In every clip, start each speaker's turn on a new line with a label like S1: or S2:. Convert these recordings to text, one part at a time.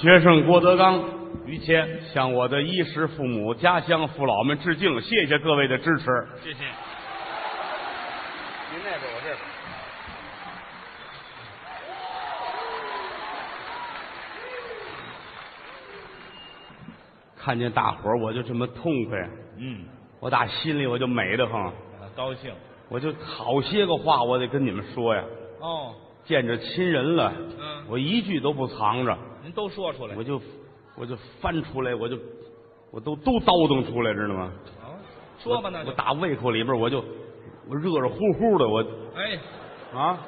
S1: 学生郭德纲
S2: 于谦，
S1: 向我的衣食父母、家乡父老们致敬，谢谢各位的支持。
S2: 谢谢。您那边，我这边。
S1: 看见大伙儿，我就这么痛快，
S2: 嗯，
S1: 我打心里我就美得慌，
S2: 啊高兴。
S1: 我就好些个话我得跟你们说呀。
S2: 哦，
S1: 见着亲人了，
S2: 嗯
S1: 我一句都不藏着，
S2: 您都说出来。
S1: 我就我就翻出来，我就我都都叨腾出来，知道吗？
S2: 啊，说吧，那
S1: 我
S2: 就。
S1: 打胃口里边，我就我热热乎乎的，我
S2: 哎，
S1: 啊，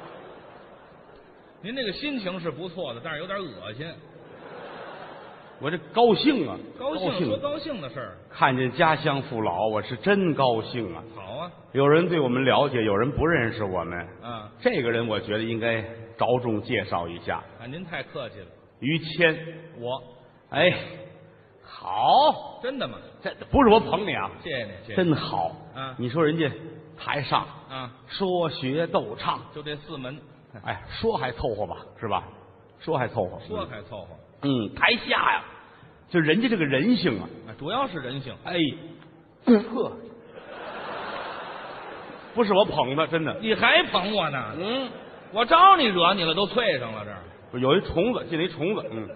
S2: 您这个心情是不错的，但是有点恶心。
S1: 我这高兴啊，
S2: 高兴说高兴的事儿，
S1: 看见家乡父老，我是真高兴啊！
S2: 好啊，
S1: 有人对我们了解，有人不认识我们。
S2: 啊，
S1: 这个人，我觉得应该着重介绍一下，
S2: 啊，您太客气了，
S1: 于谦。
S2: 我
S1: 哎，好，
S2: 真的吗？
S1: 这不是我捧你啊，
S2: 谢谢您，谢谢您
S1: 真好。
S2: 啊
S1: 你说人家台上
S2: 啊，
S1: 说学逗唱，
S2: 就这 四门，
S1: 哎，说还凑合吧，是吧？说还凑合。
S2: 说还凑合，
S1: 嗯，台下呀，就人家这个人性啊，
S2: 啊，主要是人性。
S1: 哎，呵，不是我捧的，真的。
S2: 你还捧我呢？
S1: 嗯，
S2: 我招你惹你了，都脆上了这儿。
S1: 有一虫子，进了一虫子，嗯，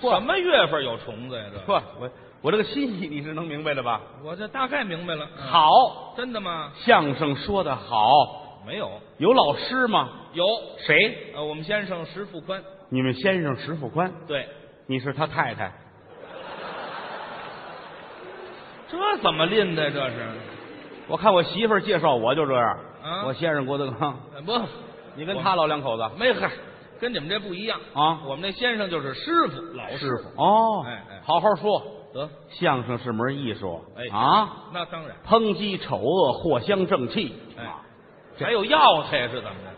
S2: 什么月份有虫子呀？这
S1: 呵，我我这个心意你是能明白的吧？
S2: 我这大概明白了。嗯，
S1: 好，
S2: 真的吗？
S1: 相声说的好，
S2: 没有，
S1: 有老师吗？
S2: 有。
S1: 谁？
S2: 呃，我们先生石富宽，
S1: 你们先生石富宽，
S2: 对，
S1: 你是他太太，
S2: 这怎么拎的？这是
S1: 我看我媳妇儿介绍我就这样，
S2: 啊
S1: 我先生郭德纲，
S2: 呃不？
S1: 你跟他老两口子
S2: 没嗨，跟你们这不一样
S1: 啊
S2: 我们这先生就是师傅，老师傅。
S1: 哦，
S2: 哎哎
S1: 好好说，
S2: 得，
S1: 相声是门艺术，
S2: 哎
S1: 啊，
S2: 那当然。
S1: 抨击丑恶，藿香正气，
S2: 哎
S1: 啊，
S2: 还有药材是怎么的？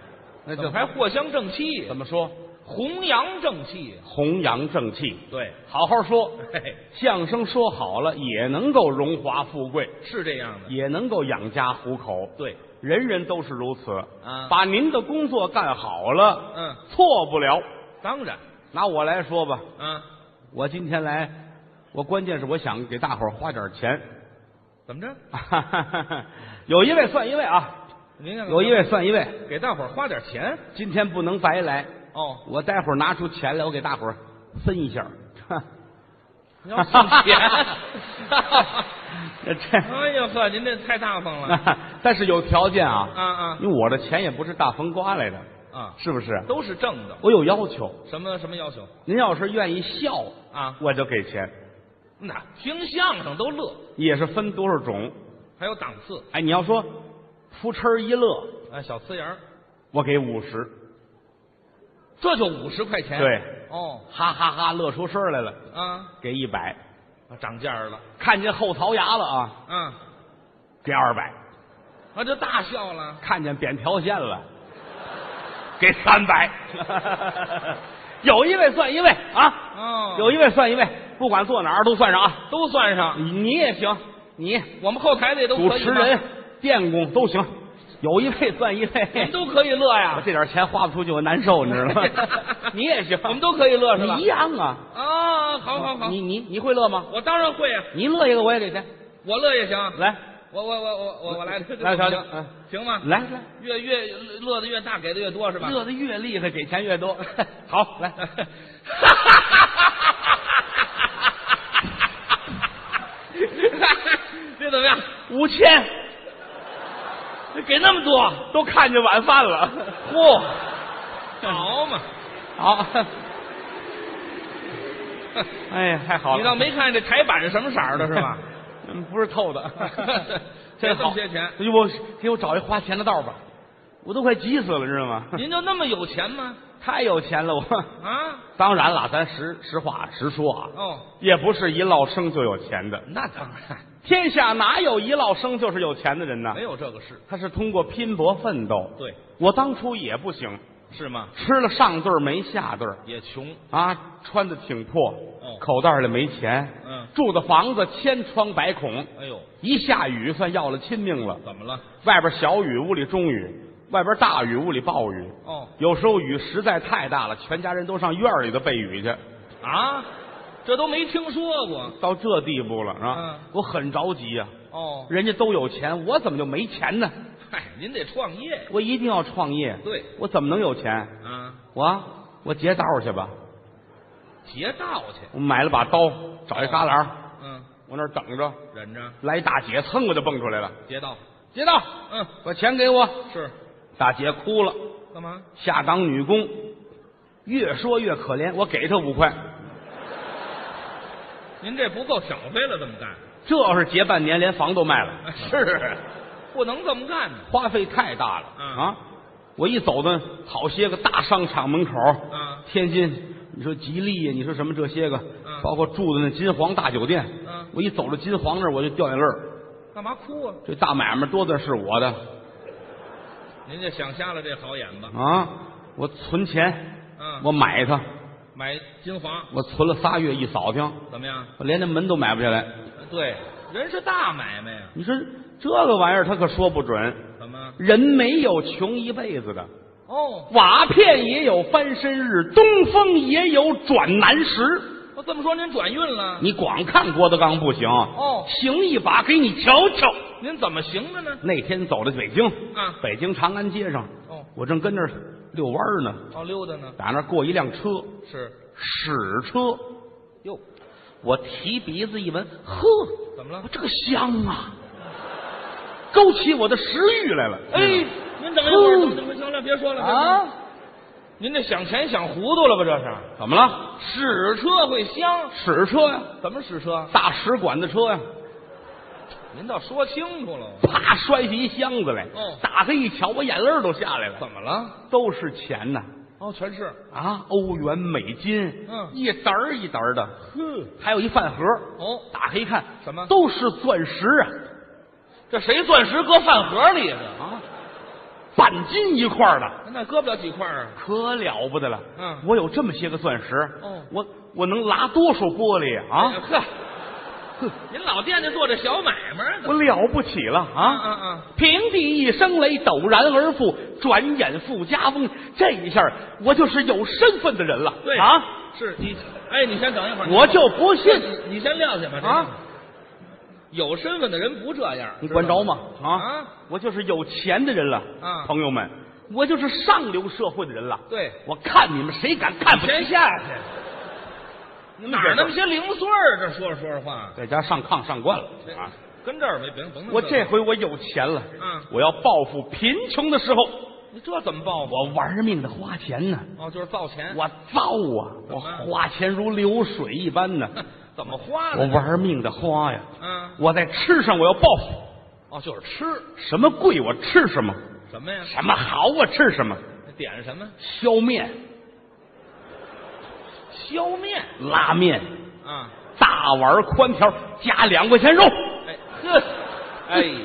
S1: 那
S2: 怎么
S1: 就
S2: 还藿香正气呀
S1: 怎，么说？
S2: 弘扬正气呀。
S1: 弘扬正气，
S2: 对，
S1: 好好说。
S2: 嘿嘿
S1: 相声说好了，也能够荣华富贵，
S2: 是这样的。
S1: 也能够养家糊口，
S2: 对，
S1: 人人都是如此。
S2: 啊
S1: 把您的工作干好了，
S2: 嗯，
S1: 错不了。
S2: 当然，
S1: 拿我来说吧，
S2: 啊，
S1: 我今天来，我关键是我想给大伙儿花点钱。
S2: 怎么着？
S1: 有一位算一位啊，
S2: 您看看
S1: 有一位算一位，
S2: 给大伙儿花点钱
S1: 今天不能白来。
S2: 哦，
S1: 我待会儿拿出钱来，我给大伙儿分一下。。
S2: 你要送钱
S1: 这这，
S2: 哎呀呵，您这太大方了
S1: 但是有条件啊。
S2: 啊啊
S1: 因为我的钱也不是大风刮来的，
S2: 啊，
S1: 是不是？
S2: 都是正的。
S1: 我有要求，
S2: 什么什么要求
S1: 您要是愿意笑，
S2: 啊？
S1: 我就给钱，
S2: 那听相声都乐，
S1: 也是分多少种。
S2: 还有档次
S1: 哎，你要说扑哧儿一乐，
S2: 啊，小呲牙儿，
S1: 我给五十，
S2: 这就五十块钱。
S1: 对，
S2: 哦
S1: 哈哈哈乐出声来了，
S2: 啊，
S1: 给一百。
S2: 涨价儿了
S1: 看见后槽牙了啊，
S2: 啊，
S1: 给二百；
S2: 那就大笑了。
S1: 看见扁条线了，给三百。 有一位算一位啊，
S2: 哦，
S1: 有一位算一位，不管坐哪儿都算上啊。
S2: 都算上，
S1: 你你也行，你
S2: 我们后台的也都
S1: 主
S2: 可以
S1: 持
S2: 吗
S1: 人、电工都行，有一位算一
S2: 我们
S1: 位。
S2: 都可以乐
S1: 我
S2: 呀，？
S1: 这点钱花不出去，我难受，你知道吗 你也行，
S2: 我们都可以乐是吧
S1: 你一？样啊。
S2: 啊，好好好，
S1: 你你你会乐吗？
S2: 我当然会啊，
S1: 你乐一个，我也给钱。
S2: 我乐也行。啊
S1: 来
S2: 我我我我我我来，
S1: 来瞧瞧
S2: 行
S1: 嗯
S2: 行吗？
S1: 来来，
S2: 越越乐的越大，给的越多是吧？
S1: 乐的越厉害，给钱越多。好，来，
S2: 这怎么样？
S1: 五千，
S2: 给那 么多，
S1: 都看见晚饭了。
S2: 嚯，好 嘛！
S1: 好，哎呀，太好了。
S2: 你倒没看这台板是什么色儿的 是吧？，
S1: 嗯，不是透的
S2: 别
S1: 真
S2: 这么
S1: 好。
S2: 些钱
S1: 哎呦，我给我找一花钱的道吧，我都快急死了，知道吗？
S2: 您就那么有钱吗？
S1: 太有钱了，我。
S2: 啊，
S1: 当然了，咱实实话实说啊，
S2: 哦，
S1: 也不是一落生就有钱的，
S2: 那当然
S1: 天下哪有一落生就是有钱的人呢
S2: 没？有这个事，
S1: 他是通过拼搏奋斗。
S2: 对，
S1: 我当初也不行，
S2: 是吗？
S1: 吃了上顿儿没下顿儿
S2: 也穷，
S1: 啊，穿的挺破
S2: 哦，
S1: 口袋里没钱，
S2: 嗯
S1: 住的房子千疮百孔，
S2: 哎呦，
S1: 一下雨算要了亲命了。
S2: 怎么了？
S1: 外边小雨，屋里中雨；外边大雨，屋里暴雨。
S2: 哦，
S1: 有时候雨实在太大了，全家人都上院儿里头避雨去。
S2: 啊，这都没听说过。
S1: 到这地步了啊！
S2: 嗯
S1: 我很着急呀、
S2: 哦，
S1: 人家都有钱，我怎么就没钱呢？
S2: 嗨，您得创业
S1: 我一定要创业，
S2: 对
S1: 我怎么能有钱？
S2: 啊，
S1: 我我劫道去吧，
S2: 劫道去。
S1: 我买了把刀，找一旮旯，
S2: 嗯，
S1: 我那儿等着，
S2: 忍着
S1: 来大姐噌我就蹦出来了，
S2: 劫道。
S1: 劫道，
S2: 嗯，
S1: 把钱给我。
S2: 是
S1: 大姐哭了，
S2: 干嘛？
S1: 下岗女工，越说越可怜，我给她五块，
S2: 您这不够小费了，这么干？
S1: 这要是劫半年，连房都卖了。
S2: 啊 是，不能这么干呢。
S1: 花费太大了、
S2: 嗯
S1: 啊！我一走到好些个大商场门口，
S2: 嗯
S1: 天津，你说吉利呀，你说什么这些个，
S2: 嗯
S1: 包括住的那金皇大酒店，
S2: 嗯
S1: 我一走到金皇那儿我就掉眼泪儿
S2: 干嘛哭啊？
S1: 这大买卖多的是我的
S2: 您就想瞎了这好眼吧？
S1: 啊！我存钱，
S2: 嗯，
S1: 我买它，
S2: 买金华
S1: 我存了仨月一扫听，
S2: 怎么样？
S1: 我连那门都买不下来。
S2: 对，人是大买卖呀、
S1: 你说这个玩意儿，他可说不准。
S2: 怎么？
S1: 人没有穷一辈子的，
S2: 哦，
S1: 瓦片也有翻身日，东风也有转南时。
S2: 我这么说您转运了？
S1: 你光看郭德纲不行，
S2: 哦
S1: 行一把给你瞧瞧。
S2: 您怎么行的呢？
S1: 那天走到北京，
S2: 啊
S1: 北京长安街上，
S2: 哦，
S1: 我正跟那儿遛弯儿呢，
S2: 哦，溜达呢？
S1: 打那儿过一辆车，
S2: 是，
S1: 屎车，
S2: 哟，
S1: 我提鼻子一闻，呵，
S2: 怎么了
S1: 我？这个香啊，勾起我的食欲来了。
S2: 哎，您等一会儿，等一会儿，行了，别说了，别说了，
S1: 嗯啊，
S2: 您这想钱想糊涂了吧？这是
S1: 怎么了？
S2: 使车会香，
S1: 屎车呀、
S2: 怎么使车？
S1: 大使馆的车呀、
S2: 您倒说清楚了，
S1: 啪摔下一箱子来。
S2: 哦
S1: 打开一瞧，我眼泪儿都下来了。
S2: 怎么了？
S1: 都是钱呐、
S2: 哦，全是，
S1: 啊，欧元、美金，
S2: 嗯
S1: 一沓儿一沓儿的，
S2: 哼，
S1: 还有一饭盒，
S2: 哦，
S1: 打开一看，
S2: 什么
S1: 都是钻石
S2: 这谁钻石搁饭盒里啊？
S1: 啊，啊，半斤一块儿的，
S2: 那搁不了几块儿啊？
S1: 可了不得了。
S2: 嗯
S1: 我有这么些个钻石，
S2: 哦
S1: 我我能拉多少玻璃
S2: 哎
S1: 啊？
S2: 呵，您老惦记做这小买卖啊？
S1: 我了不起了
S2: 啊
S1: 啊！
S2: 啊啊！
S1: 平地一声雷，陡然而富，转眼富家翁。这一下，我就是有身份的人了。
S2: 对
S1: 啊，，
S2: 是你，哎，你先等一会儿，
S1: 我就不信
S2: 你你先撂下吧。
S1: 啊！
S2: 这有身份的人不这样，
S1: 你管着吗？啊
S2: 啊
S1: 我就是有钱的人了，
S2: 啊
S1: 朋友们，我就是上流社会的人了。
S2: 对
S1: 我看你们谁敢看不起？
S2: 先下去。
S1: 你
S2: 哪儿那么些零碎儿？这说说实话，
S1: 在家上炕上惯了
S2: 这
S1: 啊！
S2: 跟这儿没别甭甭。
S1: 我这，回我有钱了，
S2: 嗯
S1: 我要报复贫穷的时候，
S2: 你这怎么报复？
S1: 我玩命的花钱呢，
S2: 哦，就是造钱。
S1: 我造啊，
S2: 怎
S1: 我
S2: 么了
S1: 花钱如流水一般 呢，
S2: 哼 怎么花的？
S1: 我玩命的花呀！
S2: 啊，
S1: 我在吃上我要报复，
S2: 哦，就是吃
S1: 什么贵我吃什么，
S2: 什么呀？
S1: 什么好我吃什么，
S2: 点什么？
S1: 削面、
S2: 削面
S1: 拉面。
S2: 啊！
S1: 大碗宽条加两块钱肉
S2: 哎 呵，哎呀，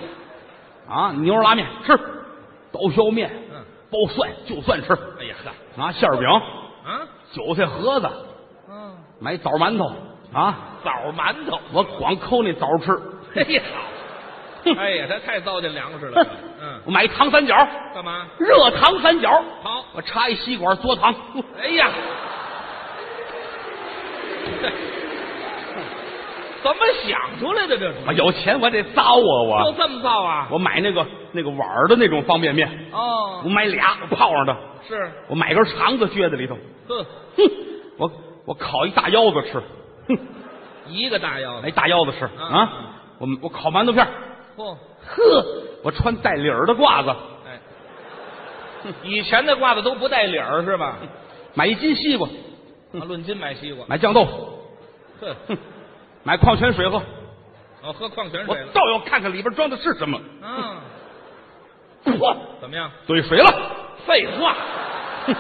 S1: 啊，牛肉拉面吃，刀削面，
S2: 嗯，
S1: 包蒜就蒜吃，
S2: 哎呀呵，
S1: 啊，馅儿饼，
S2: 啊，
S1: 韭菜盒子，
S2: 嗯，
S1: 买枣馒头啊，
S2: 枣馒头，
S1: 哦我光抠那枣吃，
S2: 哎 呀，
S1: 哼
S2: 哎呀，他太糟践粮食了。嗯，
S1: 我买糖三角，
S2: 干嘛？
S1: 热糖三角，
S2: 好，
S1: 我插一吸管嘬糖，
S2: 哎呀， 怎么想出来的这
S1: 我
S2: 是？
S1: 有钱我得糟啊
S2: 就
S1: 我，
S2: 这么造啊？
S1: 我买那个那个碗儿的那种方便面，我
S2: 哦，
S1: 买俩我泡上它，
S2: 是，
S1: 我买根肠子撅在里头，
S2: 哼，
S1: 哼，我我烤一大腰子吃，哼。
S2: 一个大腰子
S1: 来，大腰子吃
S2: 啊
S1: 啊！我我烤馒头片儿，
S2: 嚯，
S1: 呵，我穿带领儿的褂子，
S2: 哎，以前的褂子都不带领儿是 吧？
S1: 买一斤西瓜，
S2: 啊，论斤买西瓜，
S1: 买酱豆腐，
S2: 哼，
S1: 哼，买矿泉水喝。
S2: 我喝矿泉
S1: 我
S2: 水了。
S1: 倒要看看里边装的是什么。
S2: 啊，
S1: 嚯，
S2: 怎么样？
S1: 兑水了，
S2: 废话，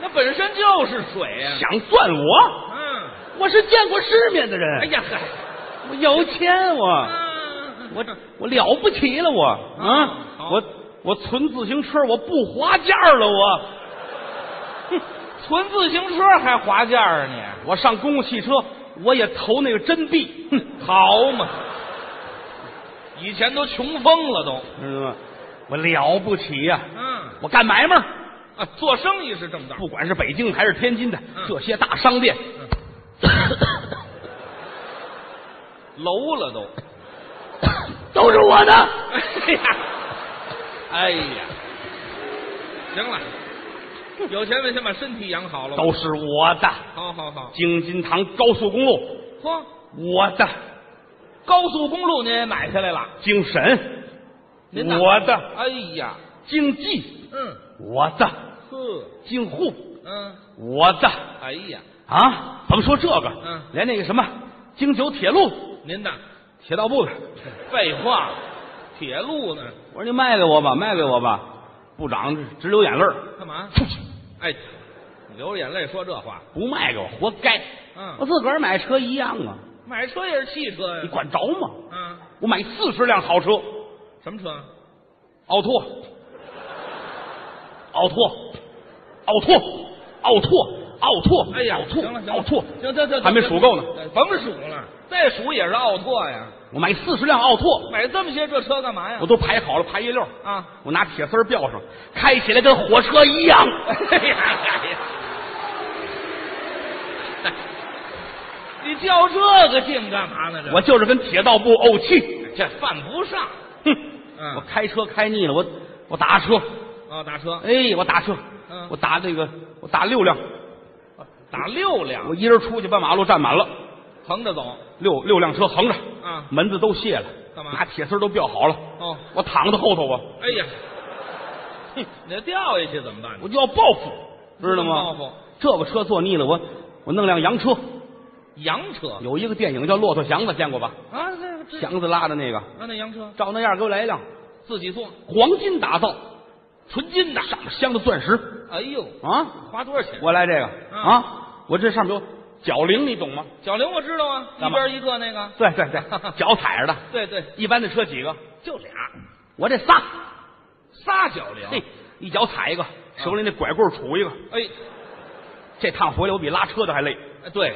S2: 那本身就是水哎呀、
S1: 想算我？
S2: 嗯，
S1: 我是见过世面的人，
S2: 哎，呀嗨，
S1: 我有钱 我，
S2: 啊
S1: 我我了不起了我啊！
S2: 好
S1: 我我存自行车，我不划价了我。
S2: 存自行车还划价啊你？
S1: 我上公共汽车，我也投那个真币，哼。
S2: 好嘛，以前都穷疯了都。
S1: 知道吗？我了不起呀、
S2: 嗯，
S1: 我干买卖儿，
S2: 啊，做生意是正道。
S1: 不管是北京还是天津的
S2: 嗯
S1: 这些大商 店，
S2: 嗯
S1: 楼了都，都是我的。 哎呀，哎呀，
S2: 行了，有钱人先把身体养好了吧。
S1: 都是我的。
S2: 好好好，
S1: 京津唐高速公路，
S2: 嚯，
S1: 我的。
S2: 高速公路您也买下来了？
S1: 京沈，
S2: 您哪
S1: 我的。
S2: 哎呀，
S1: 京冀，
S2: 嗯，
S1: 我的。
S2: 呵，
S1: 京沪，
S2: 嗯，
S1: 我的。
S2: 哎呀，
S1: 啊，甭说这个，
S2: 嗯
S1: 连那个什么京九铁路、
S2: 您呐，
S1: 铁道部的，
S2: 废话，铁路呢？
S1: 我说你卖给我吧，卖给我吧。部长直流眼泪儿，
S2: 干嘛？哎，你流着眼泪说这话，
S1: 不卖给我活该。我
S2: 嗯，
S1: 自个儿买车一样啊，
S2: 买车也是汽车
S1: 你
S2: 呀。
S1: 管着吗？
S2: 啊，
S1: 我买四十辆豪车，
S2: 什么车？
S1: 奥拓，奥拓，奥拓，奥拓，奥拓，
S2: 哎呀，
S1: 奥拓
S2: 行了，行，
S1: 奥
S2: 了，
S1: 拓，
S2: 行，这这
S1: 还没数够呢，
S2: 这甭数了，再数也是奥拓呀。
S1: 我买四十辆奥拓，
S2: 买这么些这车干嘛呀
S1: 我？都排好了，排一溜儿，
S2: 啊，
S1: 我拿铁丝儿吊上，开起来跟火车一样。
S2: 哎呀哎呀，哎你较这个劲干嘛呢？这
S1: 我就是跟铁道部怄气，
S2: 这犯不上。
S1: 哼，
S2: 嗯
S1: 我开车开腻了，我我打车，
S2: 哦，打车
S1: 哎，我打车，
S2: 嗯
S1: 我打这个，我打六辆，
S2: 打六辆，
S1: 我一人出去，把马路占满了，
S2: 横着走
S1: 六六辆车横着，
S2: 啊。
S1: 门子都卸了，
S2: 干嘛
S1: 拿铁丝都吊好了，
S2: 哦，
S1: 我躺在后头啊，
S2: 哎呀，哼，你这掉下去怎么办呢？
S1: 我就要报复，知道
S2: 报
S1: 吗？
S2: 复
S1: 这个车坐腻了，我我弄辆洋车，
S2: 洋车
S1: 有一个电影叫《骆驼祥子》，见过吧？
S2: 啊，这这
S1: 祥子拉的那个，
S2: 啊，那洋车
S1: 照那样给我来一辆
S2: 自己做，
S1: 黄金打造，
S2: 纯金的。
S1: 上面镶的钻石
S2: 哎呦，
S1: 啊！
S2: 花多少钱？
S1: 我来这个
S2: 嗯
S1: 啊，我这上面有脚铃，你懂吗？
S2: 小玲我知道啊，一
S1: 干嘛
S2: 边一个那个，
S1: 对对 对，脚踩着的。
S2: 对对，
S1: 一般的车几个？
S2: 就俩，
S1: 我这仨，
S2: 仨小玲。
S1: 嘿，一脚踩一个，手里那拐棍儿杵一个。
S2: 哎，
S1: 这趟回来我比拉车的还累
S2: 哎对，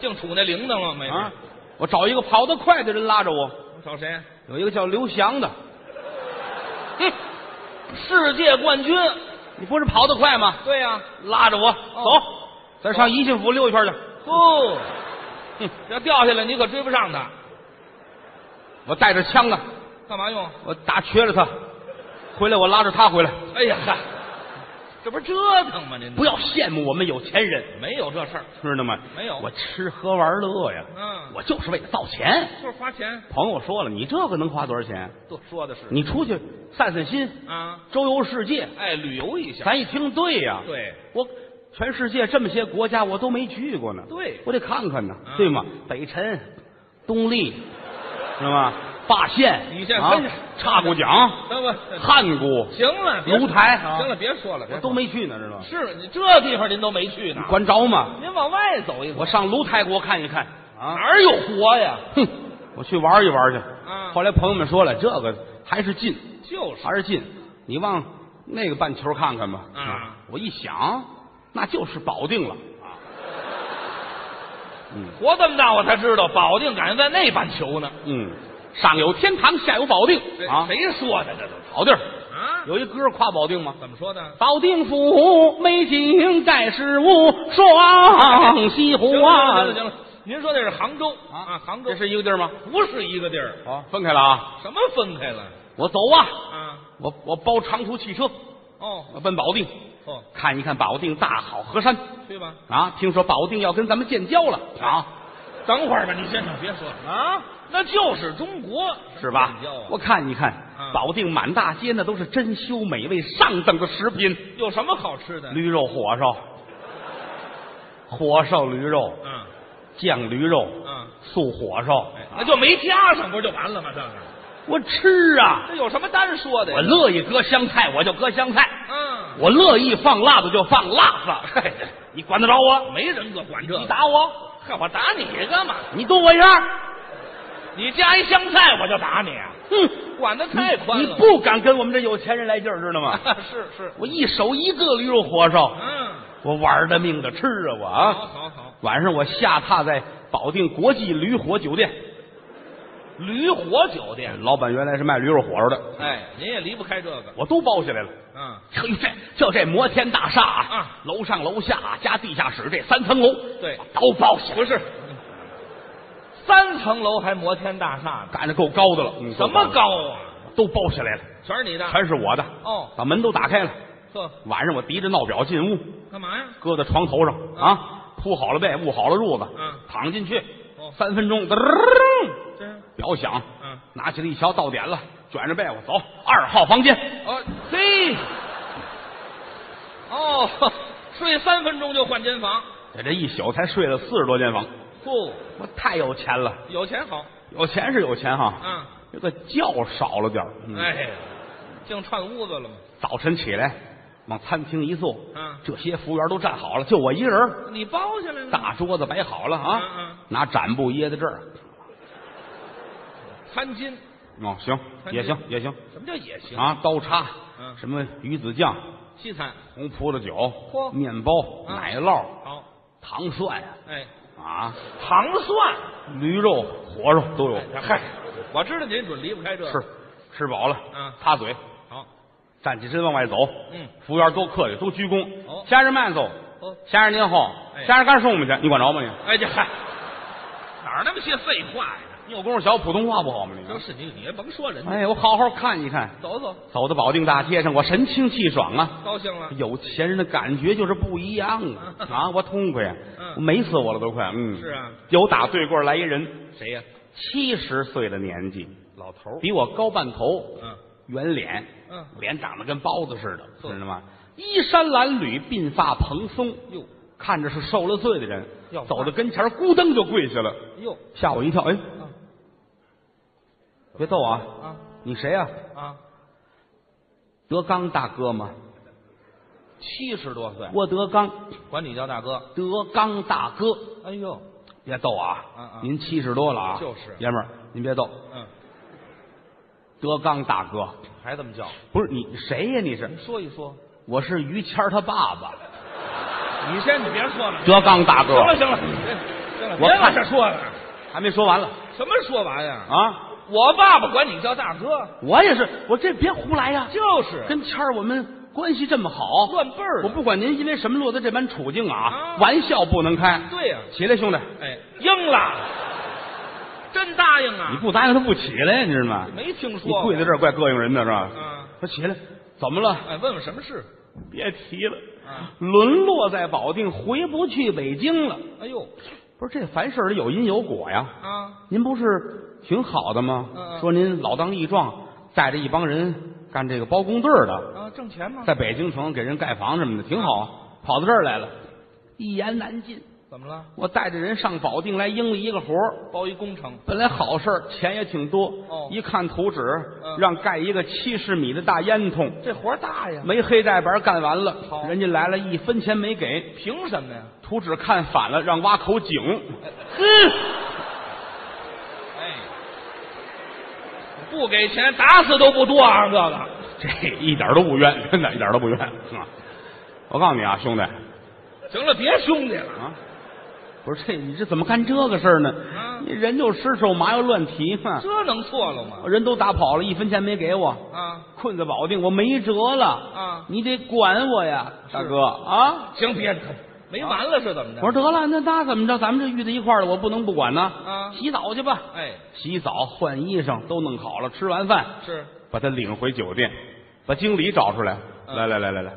S2: 净杵那铃铛了没？
S1: 啊！我找一个跑得快的人拉着我，
S2: 我找谁？啊
S1: 有一个叫刘翔的，
S2: 哼，世界冠军。
S1: 你不是跑得快吗？
S2: 对呀、
S1: 拉着我走，咱上宜信府溜一圈去。
S2: 哦，
S1: 哼，
S2: 要掉下来你可追不上他，
S1: 我带着枪呢，
S2: 干嘛用？
S1: 我打瘸了他，回来我拉着他回来。
S2: 哎呀，嗨 这不是折腾吗？您
S1: 不要羡慕我们有钱人，
S2: 没有这事儿，
S1: 知道吗？
S2: 没有
S1: 我吃喝玩乐呀，
S2: 嗯
S1: 我就是为了造钱。
S2: 就是花钱。
S1: 朋友说了，你这个能花多少钱？
S2: 都说的是
S1: 你出去散散心，
S2: 啊，
S1: 周游世界。
S2: 哎，旅游一下。
S1: 咱一听，对呀、
S2: 对，
S1: 我全世界这么些国家我都没去过呢，
S2: 对
S1: 我得看看呢，
S2: 嗯
S1: 对吗？北辰、东丽，是吧？霸县，
S2: 你先
S1: 啊
S2: 分去
S1: 岔古江、
S2: 那不
S1: 汉姑，
S2: 行了，别
S1: 楼台啊
S2: 行了，别说了，别
S1: 我
S2: 说
S1: 都没去呢，知道吗？
S2: 是你这地方您都没去呢
S1: 你，管着吗？
S2: 您往外走一走，
S1: 我上卢泰国看一看啊！
S2: 哪儿有国呀？
S1: 哼，我去玩一玩去。
S2: 啊
S1: 后来朋友们说了，这个还是近，
S2: 就是
S1: 还是近，你往那个半球看看吧。
S2: 啊
S1: 我一想，那就是保定了 啊。嗯
S2: 活这么大我才知道，保定敢在那半球呢。
S1: 嗯，上有天堂，下有保定啊，
S2: 谁说的这都是
S1: 好地儿。
S2: 啊？
S1: 有一歌夸保定吗？
S2: 怎么说的？
S1: 保定府美景盖世无，双溪湖
S2: 行
S1: 啊
S2: 了行了行了，您说那是杭州啊？杭州
S1: 这是一个地儿吗？
S2: 不是一个地儿？
S1: 啊，分开了啊！
S2: 什么分开了
S1: 我走啊，
S2: 啊？
S1: 我我包长途汽车，
S2: 哦
S1: 我呃奔保定，
S2: 哦，
S1: 看一看保定大好河山
S2: 去吧。
S1: 啊！听说保定要跟咱们建交了啊，
S2: 等会儿吧，你先生别说了啊，那就是中国
S1: 是吧
S2: 建交啊？
S1: 我看一看，
S2: 嗯
S1: 保定满大街那都是珍馐美味、上等的食品，
S2: 有什么好吃的？
S1: 驴肉火烧、火烧驴肉、
S2: 嗯
S1: 酱驴肉、
S2: 嗯，
S1: 素火烧，
S2: 哎那就没加上，不是就完了吗？这个
S1: 我吃啊！
S2: 这有什么单说的呀？
S1: 我乐意搁香菜，我就搁香菜；
S2: 嗯，
S1: 我乐意放辣子就放辣子。嘿你管得着我？
S2: 没人格管这
S1: 你
S2: 个。
S1: 打我，
S2: 嗨，我打你干嘛？
S1: 你剁我一下。
S2: 你加一香菜我就打你啊！
S1: 哼，
S2: 管的太宽
S1: 你
S2: 了。
S1: 不敢跟我们这有钱人来劲儿，知道 吗？
S2: 是是，
S1: 我一手一个驴肉火烧，
S2: 嗯，
S1: 我玩的命的吃啊！我
S2: 好
S1: 啊，
S2: 好好，
S1: 晚上我下榻在保定国际驴火酒店，
S2: 驴火酒店。
S1: 老板原来是卖驴肉火烧的，
S2: 哎，您也离不开这个。
S1: 我都包下来了。
S2: 嗯，
S1: 嘿，这就这摩天大厦
S2: 啊
S1: 楼上楼下加地下室这三层楼，
S2: 对
S1: 都包下来，
S2: 不是，三层楼还摩天大厦呢，
S1: 赶着够高的了。嗯
S2: 什么？高啊？
S1: 都包下来了，
S2: 全是你的。
S1: 全是我的。
S2: 哦
S1: 把门都打开了。
S2: 呵，
S1: 晚上我提着闹表进屋，
S2: 干嘛呀？
S1: 搁在床头上啊，铺好了被，捂好了褥子，
S2: 嗯
S1: 躺进去
S2: 哦，
S1: 三分钟，嘚
S2: 这样，
S1: 表响，
S2: 嗯，
S1: 拿起来一瞧，到点了，卷着被窝走，二号房间，
S2: 哦，嘿，哦，呵睡三分钟就换间房，
S1: 在哎这一宿才睡了四十多间房，
S2: 不、
S1: 我太有钱了，
S2: 有钱好。
S1: 有钱是有钱哈，
S2: 嗯，
S1: 这个觉少了点儿，嗯
S2: 哎，净串屋子了吗？
S1: 早晨起来往餐厅一坐，
S2: 嗯
S1: 这些服务员都站好了，就我一人儿，
S2: 你包下来了？
S1: 大桌子摆好了啊，
S2: 嗯嗯
S1: 拿展布掖在这儿，
S2: 餐巾，
S1: 哦，行
S2: 餐
S1: 也
S2: 巾
S1: 行也行
S2: 什么叫也行？
S1: 啊，刀叉，
S2: 嗯
S1: 什么鱼子酱、
S2: 西餐，
S1: 红葡萄酒、
S2: 嚯
S1: 面包、
S2: 嗯
S1: 奶酪、
S2: 好，
S1: 糖蒜
S2: 哎，
S1: 啊，
S2: 糖蒜，哎
S1: 驴肉、火烧都有，
S2: 嗨，我知道您准离不开这个。
S1: 吃吃饱了，
S2: 嗯
S1: 擦嘴，
S2: 好，
S1: 站起身往外走，
S2: 嗯，
S1: 服务员都客气，都鞠躬，
S2: 哦
S1: 先生慢走，
S2: 哦，
S1: 先生您好，
S2: 哎
S1: 先生干什么去？你管着吗你？
S2: 哎这嗨，哪儿那么些废话呀？
S1: 你有功夫学普通话不好吗你？
S2: 就是你，你也甭说人家，
S1: 哎，我好好看一看，
S2: 走走，
S1: 走到保定大街上，我神清气爽啊！
S2: 高兴了。
S1: 有钱人的感觉就是不一样啊！
S2: 嗯
S1: 啊，我痛快呀
S2: 嗯，
S1: 我美死我了都快！嗯，
S2: 是啊，
S1: 有打对过来一人，
S2: 谁呀？
S1: 七十岁的年纪，
S2: 老头儿。
S1: 比我高半头，
S2: 嗯
S1: 圆脸，
S2: 嗯，
S1: 脸长得跟包子似的，
S2: 呵
S1: 知道吗？衣衫褴褛，鬓发蓬松，
S2: 哟
S1: 看着是受了罪的人
S2: 要，饭
S1: 走到跟前儿咕噔就跪下了，
S2: 哟
S1: 吓我一跳。哎，
S2: 啊
S1: 别逗啊！
S2: 啊
S1: 你谁呀、
S2: 啊！
S1: 德刚大哥吗？
S2: 七十多岁，
S1: 郭德纲，
S2: 管你叫大哥。
S1: 德刚大哥，
S2: 哎呦，
S1: 别逗啊！
S2: 嗯嗯
S1: 您七十多了啊，
S2: 就是
S1: 爷们儿，您别逗。
S2: 嗯，
S1: 德刚大哥，
S2: 还这么叫？
S1: 不是你谁呀、你是？
S2: 您说一说。
S1: 我是于谦儿他爸爸，
S2: 你先，你别说了。
S1: 德刚大哥
S2: 行。了行了，行了，
S1: 我
S2: 别
S1: 看
S2: 往这说了。
S1: 还没说完了
S2: 什么说完呀？
S1: 啊！
S2: 我爸爸管你叫大哥，
S1: 我也是，我这别胡来呀、
S2: 就是
S1: 跟谦儿我们关系这么好，
S2: 乱辈儿的。
S1: 我不管您因为什么落在这般处境啊，
S2: 啊
S1: 玩笑不能开。
S2: 对呀、
S1: 起来，兄弟，
S2: 哎，应了，真答应
S1: 你
S2: 啊！
S1: 不答应他不起来，你知道吗？
S2: 没听
S1: 你
S2: 说过。
S1: 跪在这儿怪膈应人的是吧？
S2: 啊？
S1: 他起来，怎么了？
S2: 哎，问问什么事？
S1: 别提了，
S2: 啊
S1: 沦落在保定，回不去北京了。
S2: 哎呦
S1: 不是这凡事得有因有果呀。
S2: 啊！
S1: 您不是挺好的吗？
S2: 嗯嗯
S1: 说您老当益壮，带着一帮人干这个包工队儿的，
S2: 啊，挣钱吗？
S1: 在北京城给人盖房什么的，挺好，跑到这儿来了，一言难尽。
S2: 怎么了？
S1: 我带着人上保定来应了一个活儿
S2: 包一工程，
S1: 本来好事儿，钱也挺多。
S2: 哦
S1: 一看图纸，
S2: 嗯
S1: 让盖一个七十米的大烟囱，
S2: 这活儿大呀！
S1: 没黑带白干完
S2: 好
S1: 了，人家来了一分钱没给，
S2: 凭什么呀？
S1: 图纸看反了，让挖口井。
S2: 呃哎，不给钱，打死都不多啊！这个
S1: 这一点都不冤，真的，一点都不冤。啊我告诉你啊，兄弟啊，
S2: 行了，别兄弟了。
S1: 不是这你这怎么干这个事儿呢？
S2: 啊
S1: 你人就失手，麻又乱提嘛。
S2: 这能错了吗？
S1: 人都打跑了，一分钱没给我，
S2: 啊
S1: 困在保定，我没辙了
S2: 啊
S1: 你得管我呀，大哥啊！
S2: 行，别没完了是怎么
S1: 我
S2: 着？
S1: 说得了，那那怎么着？咱们这遇在一块儿了，我不能不管呐。
S2: 啊
S1: 洗澡去吧，
S2: 哎，
S1: 洗澡、换衣裳都弄好了，吃完饭
S2: 是
S1: 把他领回酒店，把经理找出来。
S2: 嗯
S1: 来来来来来，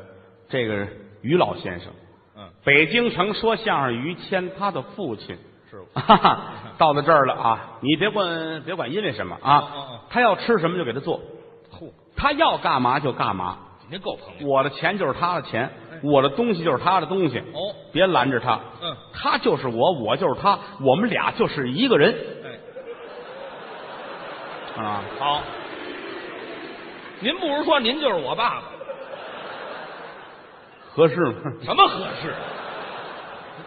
S1: 这个是于老先生，
S2: 嗯
S1: 北京城说相声于谦他的父亲。
S2: 是，
S1: 哈哈，到了这儿了啊！你别管别管因为什么
S2: 哦哦
S1: 啊
S2: 哦，
S1: 他要吃什么就给他做，
S2: 嚯，
S1: 他要干嘛就干嘛。
S2: 您够朋友
S1: 我的钱就是他的钱
S2: 哎，
S1: 我的东西就是他的东西，
S2: 哦，
S1: 别拦着他。
S2: 嗯，
S1: 他就是我，我就是他，我们俩就是一个人
S2: 哎，
S1: 啊！
S2: 好，您不如说您就是我爸爸，
S1: 合适吗？
S2: 什么合适？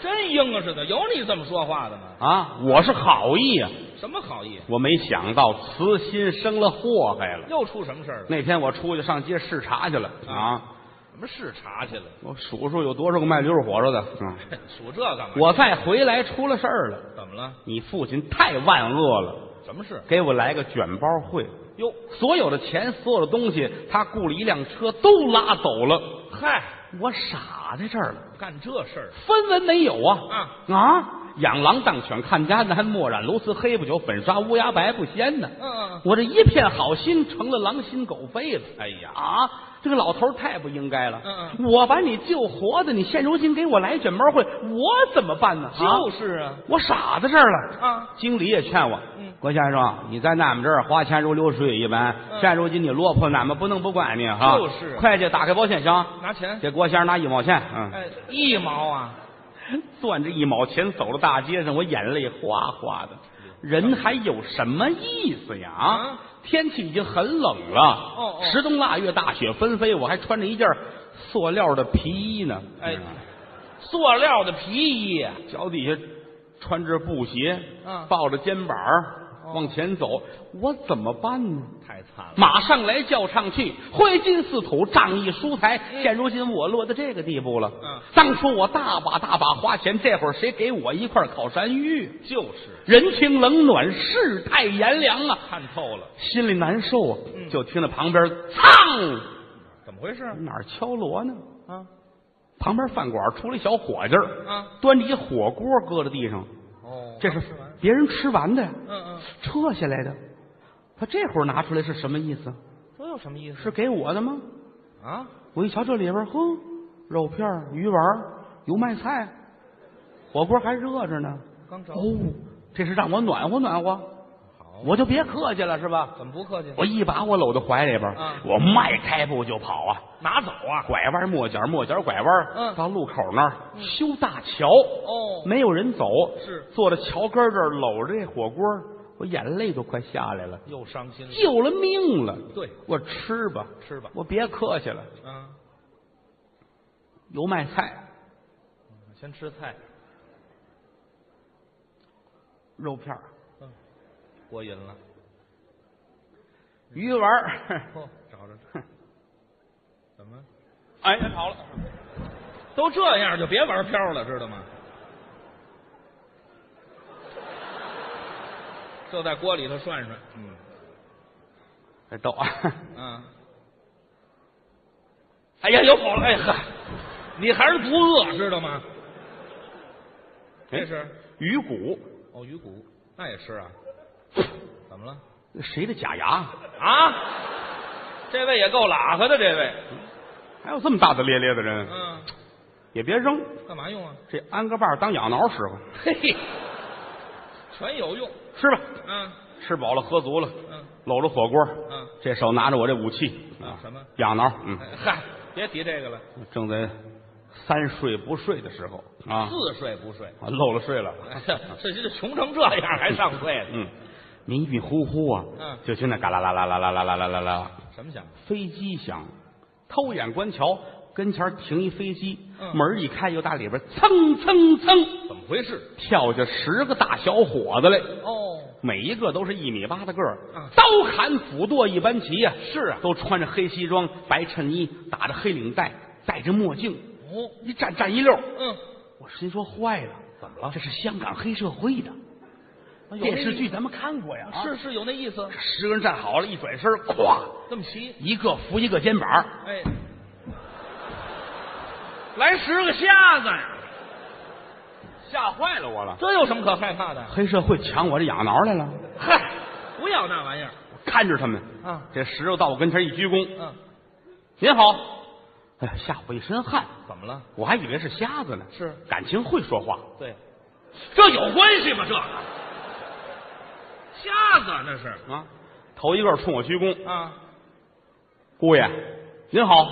S2: 真硬啊似的，有你这么说话的吗？
S1: 啊，我是好意啊！
S2: 什么好意？
S1: 我没想到慈心生了祸害了。
S2: 又出什么事儿了？
S1: 那天我出去上街视察去了啊，
S2: 什么视察去了？
S1: 我数数有多少个卖驴肉火烧的。嗯，
S2: 数这干嘛？
S1: 我再回来出了事儿了。
S2: 怎么了？
S1: 你父亲太万恶了，
S2: 什么事？
S1: 给我来个卷包会，
S2: 哟，
S1: 所有的钱，所有的东西，他雇了一辆车都拉走了。
S2: 嗨，
S1: 我傻在这儿了，
S2: 干这事儿
S1: 分文没有啊！
S2: 啊？
S1: 啊，养狼当犬，看家难，墨染鞣丝黑不久，粉刷乌鸦白不鲜呢。
S2: 嗯嗯，
S1: 我这一片好心成了狼心狗肺了。
S2: 哎呀，
S1: 啊，这个老头儿太不应该了。
S2: 嗯
S1: 我把你救活的，你现如今给我来卷毛会，我怎么办呢？啊
S2: 就是啊
S1: 我傻在这儿了。
S2: 啊，
S1: 经理也劝我，
S2: 嗯
S1: 郭先生，你在俺们这儿花钱如流水一般，
S2: 嗯
S1: 现如今你落魄，俺们不能不管你哈。
S2: 就是啊
S1: 会计打开保险箱，
S2: 拿钱，
S1: 给郭先生拿一毛钱，嗯，
S2: 哎，一毛啊，
S1: 攥着一毛钱走到大街上，我眼泪哗哗的。人还有什么意思呀？
S2: 啊
S1: 天气已经很冷了，
S2: 哦
S1: 十冬腊月，大雪纷飞，我还穿着一件塑料的皮衣呢，
S2: 哎
S1: 嗯，
S2: 塑料的皮衣，
S1: 脚底下穿着布鞋，
S2: 嗯
S1: 抱着肩膀儿
S2: 哦
S1: 往前走，我怎么办呢？
S2: 太惨了。
S1: 马上来叫上去，挥金似土，仗义疏财。现如今我落到这个地步了。
S2: 嗯
S1: 当初我大把大把花钱，这会儿谁给我一块烤山芋？
S2: 就是
S1: 人情冷暖，世态炎凉啊，
S2: 看透了，
S1: 心里难受啊。
S2: 嗯
S1: 就听着旁边噌，
S2: 怎么回事
S1: 哪儿敲锣呢？
S2: 啊？
S1: 旁边饭馆出来小伙计儿，
S2: 啊，
S1: 端着一火锅搁在地上，
S2: 哦，
S1: 这是
S2: 刚吃完，
S1: 别人吃完的呀，
S2: 嗯嗯，
S1: 撤下来的。他这会儿拿出来是什么意思？
S2: 这有什么意思？
S1: 是给我的吗？
S2: 啊，
S1: 我一瞧这里边，哼，肉片儿、鱼丸儿、油麦菜，火锅还热着呢。
S2: 刚找
S1: 哦，这是让我暖和暖和，
S2: 好，
S1: 我就别客气了，是吧？
S2: 怎么不客气？
S1: 我一把我搂到怀里边儿，
S2: 啊
S1: 我迈开步就跑啊，
S2: 拿走啊？
S1: 拐弯抹角，抹角拐弯，
S2: 嗯
S1: 到路口那儿、修大桥，
S2: 哦，
S1: 没有人走，
S2: 是
S1: 坐在桥根儿这儿搂着这火锅，我眼泪都快下来了，
S2: 又伤心了。
S1: 救了命了。
S2: 对，
S1: 我吃吧，
S2: 吃吧，
S1: 我别客气了，
S2: 嗯，
S1: 油麦菜、
S2: 先吃菜，
S1: 肉片儿。
S2: 嗯过瘾了。
S1: 鱼丸儿，
S2: 哦，找着这，怎么？
S1: 哎，别跑了。
S2: 都这样就别玩票了，知道吗？就在锅里头涮涮，嗯
S1: 还逗啊！
S2: 啊，
S1: 哎呀，有跑了！哎呵，
S2: 你还是不饿，知道吗？这是
S1: 鱼骨，
S2: 哦，鱼骨那也吃啊？怎么了？
S1: 谁的假牙？
S2: 啊，这位也够拉和的，这位，
S1: 还有这么大大咧咧的人，
S2: 嗯，
S1: 也别扔，
S2: 干嘛用啊？
S1: 这安个把儿当痒挠使唤。
S2: 嘿嘿，全有用，
S1: 吃吧，
S2: 嗯
S1: 吃饱了喝足了，
S2: 嗯
S1: 搂着火锅，
S2: 嗯，
S1: 这手拿着我这武器，啊
S2: 什么
S1: 痒挠？嗯，
S2: 哎嗨，别提这个了，
S1: 正在三睡不睡的时候啊，
S2: 自睡不睡，
S1: 啊漏了睡了。
S2: 哎呀这这穷成这样还上税呢？
S1: 嗯，迷迷糊糊啊，
S2: 嗯
S1: 就听那嘎啦啦啦啦啦啦啦啦啦啦。
S2: 什么想法？
S1: 飞机响，偷眼观瞧，跟前儿停一飞机，
S2: 嗯
S1: 门儿一开，又打里边儿蹭蹭蹭
S2: 怎么回事？
S1: 跳下十个大小伙子来，
S2: 哦，
S1: 每一个都是一米八的个儿，
S2: 嗯
S1: 刀砍斧剁一般齐呀、是啊，都穿着黑西装、白衬衣，打着黑领带，戴着墨镜，
S2: 哦，
S1: 一站站一溜儿。
S2: 嗯，
S1: 我心说坏了，
S2: 怎么了
S1: 这是香港黑社会的
S2: 有那
S1: 电视剧，
S2: 意
S1: 咱们看过呀。
S2: 思，是是有那意思，
S1: 十个人站好了，一转身儿，咵，
S2: 这么齐，
S1: 一个扶一个肩膀儿，
S2: 哎，来十个瞎子呀，
S1: 吓坏了我了。
S2: 这有什么可害怕的？
S1: 黑社会抢我这痒挠来了，
S2: 嗨，不要那玩意儿
S1: 我看着他们，
S2: 啊，
S1: 这石头到我跟前一鞠躬，
S2: 嗯，
S1: 您好，哎呀，吓我一身汗，
S2: 怎么了？
S1: 我还以为是瞎子呢，
S2: 是
S1: 感情会说话，
S2: 对，这有关系吗？这瞎子那是
S1: 啊，头一个冲我鞠躬，
S2: 啊，
S1: 姑爷，您好，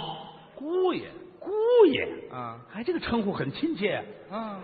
S2: 姑爷
S1: 姑爷，
S2: 啊
S1: 哎，这个称呼很亲切，
S2: 啊，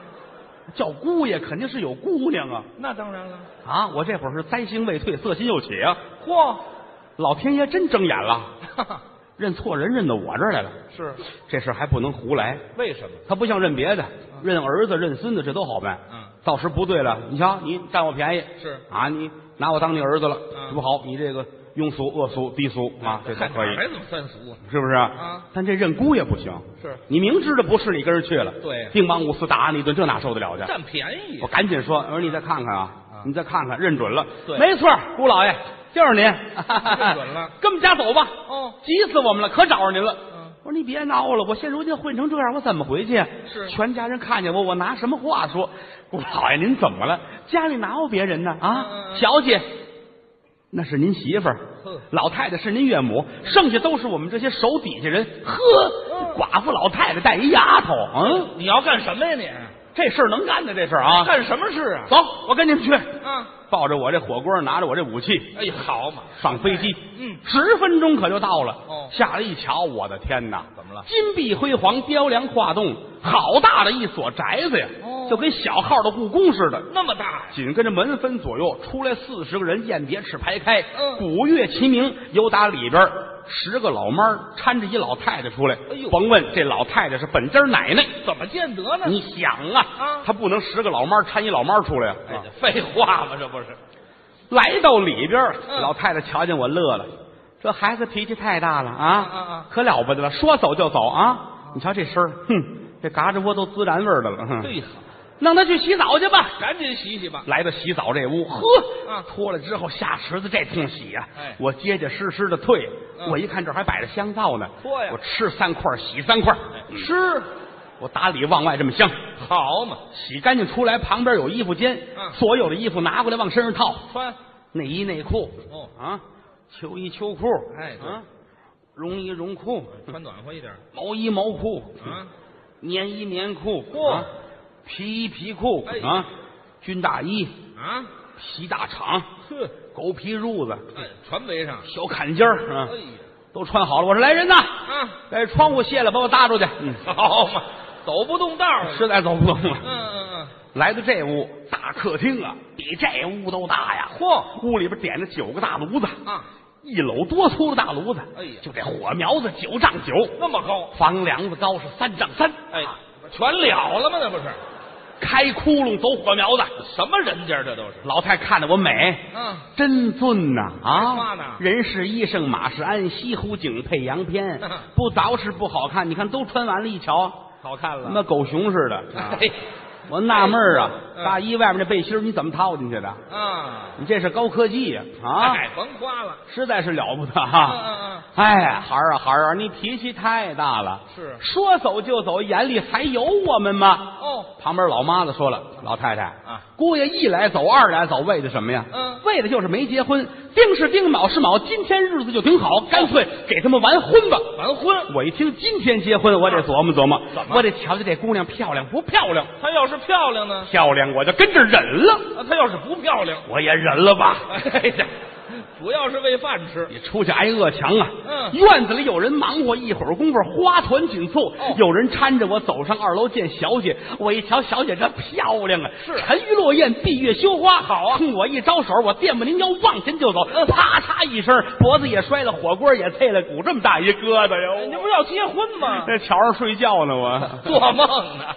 S1: 叫姑爷肯定是有姑娘啊，
S2: 那当然了，
S1: 啊，我这会儿是灾星未退，色心又起啊，
S2: 嚯，
S1: 老天爷真睁眼了，
S2: 哈哈
S1: 认错人，认到我这儿来了，
S2: 是
S1: 这事儿还不能胡来，
S2: 为什么？
S1: 他不像认别的，认儿子、认孙子，这都好办。
S2: 嗯，
S1: 到时不对了，你瞧，你占我便宜
S2: 是
S1: 啊，你拿我当你儿子了，
S2: 嗯
S1: 这不好，你这个庸俗、恶俗、低俗啊，这才可 以，
S2: 还怎么三俗啊？
S1: 是不是？
S2: 啊
S1: 但这认姑爷不行，
S2: 是
S1: 你明知道不是，你跟人去了，
S2: 对
S1: 定帮五四打你一顿，这哪受得了去？
S2: 占便宜
S1: 我赶紧说，我说你再看看啊，
S2: 啊啊
S1: 你再看看，认准了，
S2: 嗯对
S1: 没错儿，姑老爷就是 您，认
S2: 准了
S1: 跟我们家走吧，
S2: 哦，
S1: 急死我们了，可找着您了。
S2: 嗯，
S1: 我说你别闹了，我现如今混成这样，我怎么回去呀？
S2: 是
S1: 全家人看见我，我拿什么话说？姑老爷您怎么了？家里哪有别人呢？啊，
S2: 嗯嗯嗯
S1: 小姐，那是您媳妇儿
S2: 呵，
S1: 老太太是您岳母，剩下都是我们这些手底下人。呵，
S2: 嗯
S1: 寡妇老太太带一丫头，嗯，
S2: 你要干什么呀你？
S1: 这事儿能干的这事儿啊！
S2: 干什么事啊？
S1: 走，我跟你们去，
S2: 啊，
S1: 抱着我这火锅，拿着我这武器，
S2: 哎呀，好嘛，
S1: 上飞机，
S2: 嗯
S1: 十分钟可就到了。
S2: 哦
S1: 下来一瞧，我的天哪！
S2: 怎么了
S1: 金碧辉煌，雕梁画栋，好大的一所宅子呀！
S2: 哦
S1: 就跟小号的故宫似的。
S2: 那么大呀？
S1: 紧跟着门分左右出来四十个人，雁别翅排开，
S2: 嗯
S1: 鼓乐齐鸣。由打里边十个老妈儿搀着一老太太出来，
S2: 哎呦
S1: 甭问这老太太是本家奶奶。
S2: 怎么见得呢？
S1: 你想啊，
S2: 啊
S1: 她不能十个老妈儿搀一老妈儿出来啊！
S2: 哎，这废话嘛，这不是？
S1: 来到里边儿，
S2: 嗯
S1: 老太太瞧见我乐了，这孩子脾气太大了啊，
S2: 嗯嗯
S1: 可了不得了，说走就走啊！你瞧这身儿，哼，这嘎吱窝都孜然味儿的了，哼，
S2: 对呀，
S1: 弄他去洗澡去吧。
S2: 赶紧洗洗吧。
S1: 来到洗澡这屋，呵，
S2: 嗯
S1: 脱了之后下池子这通洗呀、
S2: 哎
S1: 我结结实实的退。
S2: 嗯
S1: 我一看这儿还摆着香皂呢，
S2: 嚯呀哎
S1: 我吃三块儿洗三块儿，
S2: 吃
S1: 我打里往外这么香。
S2: 好嘛，
S1: 洗干净出来，旁边有衣服间，
S2: 嗯
S1: 所有的衣服拿过来往身上套，
S2: 穿
S1: 内衣内裤，
S2: 哦
S1: 啊，秋衣秋裤，
S2: 哎对
S1: 啊，绒衣绒裤，
S2: 穿暖和一点
S1: 毛衣毛裤，
S2: 啊。
S1: 棉衣棉裤，
S2: 嚯
S1: 啊，皮衣皮裤，
S2: 哎
S1: 啊，军大衣，
S2: 啊，
S1: 皮大氅，
S2: 哼，
S1: 狗皮褥子，
S2: 哎，全围上。
S1: 小坎肩儿，啊
S2: 哎，呀，
S1: 都穿好了。我说来人呐，
S2: 啊，
S1: 把窗户卸了，把我搭出去。嗯，
S2: 好嘛，走不动道儿
S1: 实在走不动
S2: 嗯
S1: 了。
S2: 嗯
S1: 来到这屋大客厅啊，比这屋都大呀！
S2: 嚯，
S1: 屋里边点着九个大炉子，
S2: 嗯啊，
S1: 一搂多粗的大炉子，
S2: 哎呀
S1: 就这火苗子九丈九，
S2: 那么高，
S1: 房梁子高是三丈三，
S2: 哎
S1: 啊，
S2: 全了了吗？那不是
S1: 开窟窿走火苗子。
S2: 什么人家，这都是。
S1: 老太看着我美，
S2: 嗯，
S1: 真俊呐
S2: 还
S1: 啊
S2: 夸哎呢，
S1: 人是医生，马是鞍，西湖景配洋片不捯饬不好看。你看都穿完了，一瞧，
S2: 好看哎
S1: 跟那狗熊似的。 啊
S2: 嘿，
S1: 我纳闷儿啊，
S2: 嗯
S1: 大衣外面那背心儿你怎么套进去的？
S2: 啊
S1: 你这是高科技呀啊！
S2: 哎，甭夸了。
S1: 实在是了不得
S2: 嗯
S1: 哈、
S2: 嗯
S1: 哎呀，孩儿啊，孩儿啊，你脾气太大了，
S2: 嗯，是。
S1: 说走就走，眼里还有我们吗？
S2: 哦，
S1: 旁边老妈子说了，老太太
S2: 啊，
S1: 姑爷一来走二来走，为的什么呀？
S2: 嗯
S1: 为的就是没结婚，丁是丁，卯是卯，今天日子就挺好，干脆给他们完婚吧。
S2: 完婚，
S1: 我一听今天结婚，我得琢磨琢磨，
S2: 啊怎么
S1: 我得瞧瞧这姑娘漂亮不漂亮？
S2: 她要是漂亮呢？
S1: 漂亮我就跟着忍了，
S2: 啊，她要是不漂亮，
S1: 我也忍了吧。
S2: 哎呀，主要是为饭吃。
S1: 你出去挨饿强啊！
S2: 嗯
S1: 院子里有人忙活，一会儿功夫花团锦簇，
S2: 哦
S1: 有人搀着我走上二楼见小姐。我一瞧，小姐这漂亮啊，
S2: 是
S1: 沉鱼落雁，闭月羞花，好啊！冲我一招手，我电不灵腰，往前就走，
S2: 嗯
S1: 啪嚓一声，脖子也摔了，火锅也碎了，鼓这么大一疙瘩
S2: 哎
S1: 哟！
S2: 不要结婚吗
S1: 在桥上睡觉呢，我
S2: 做梦呢。啊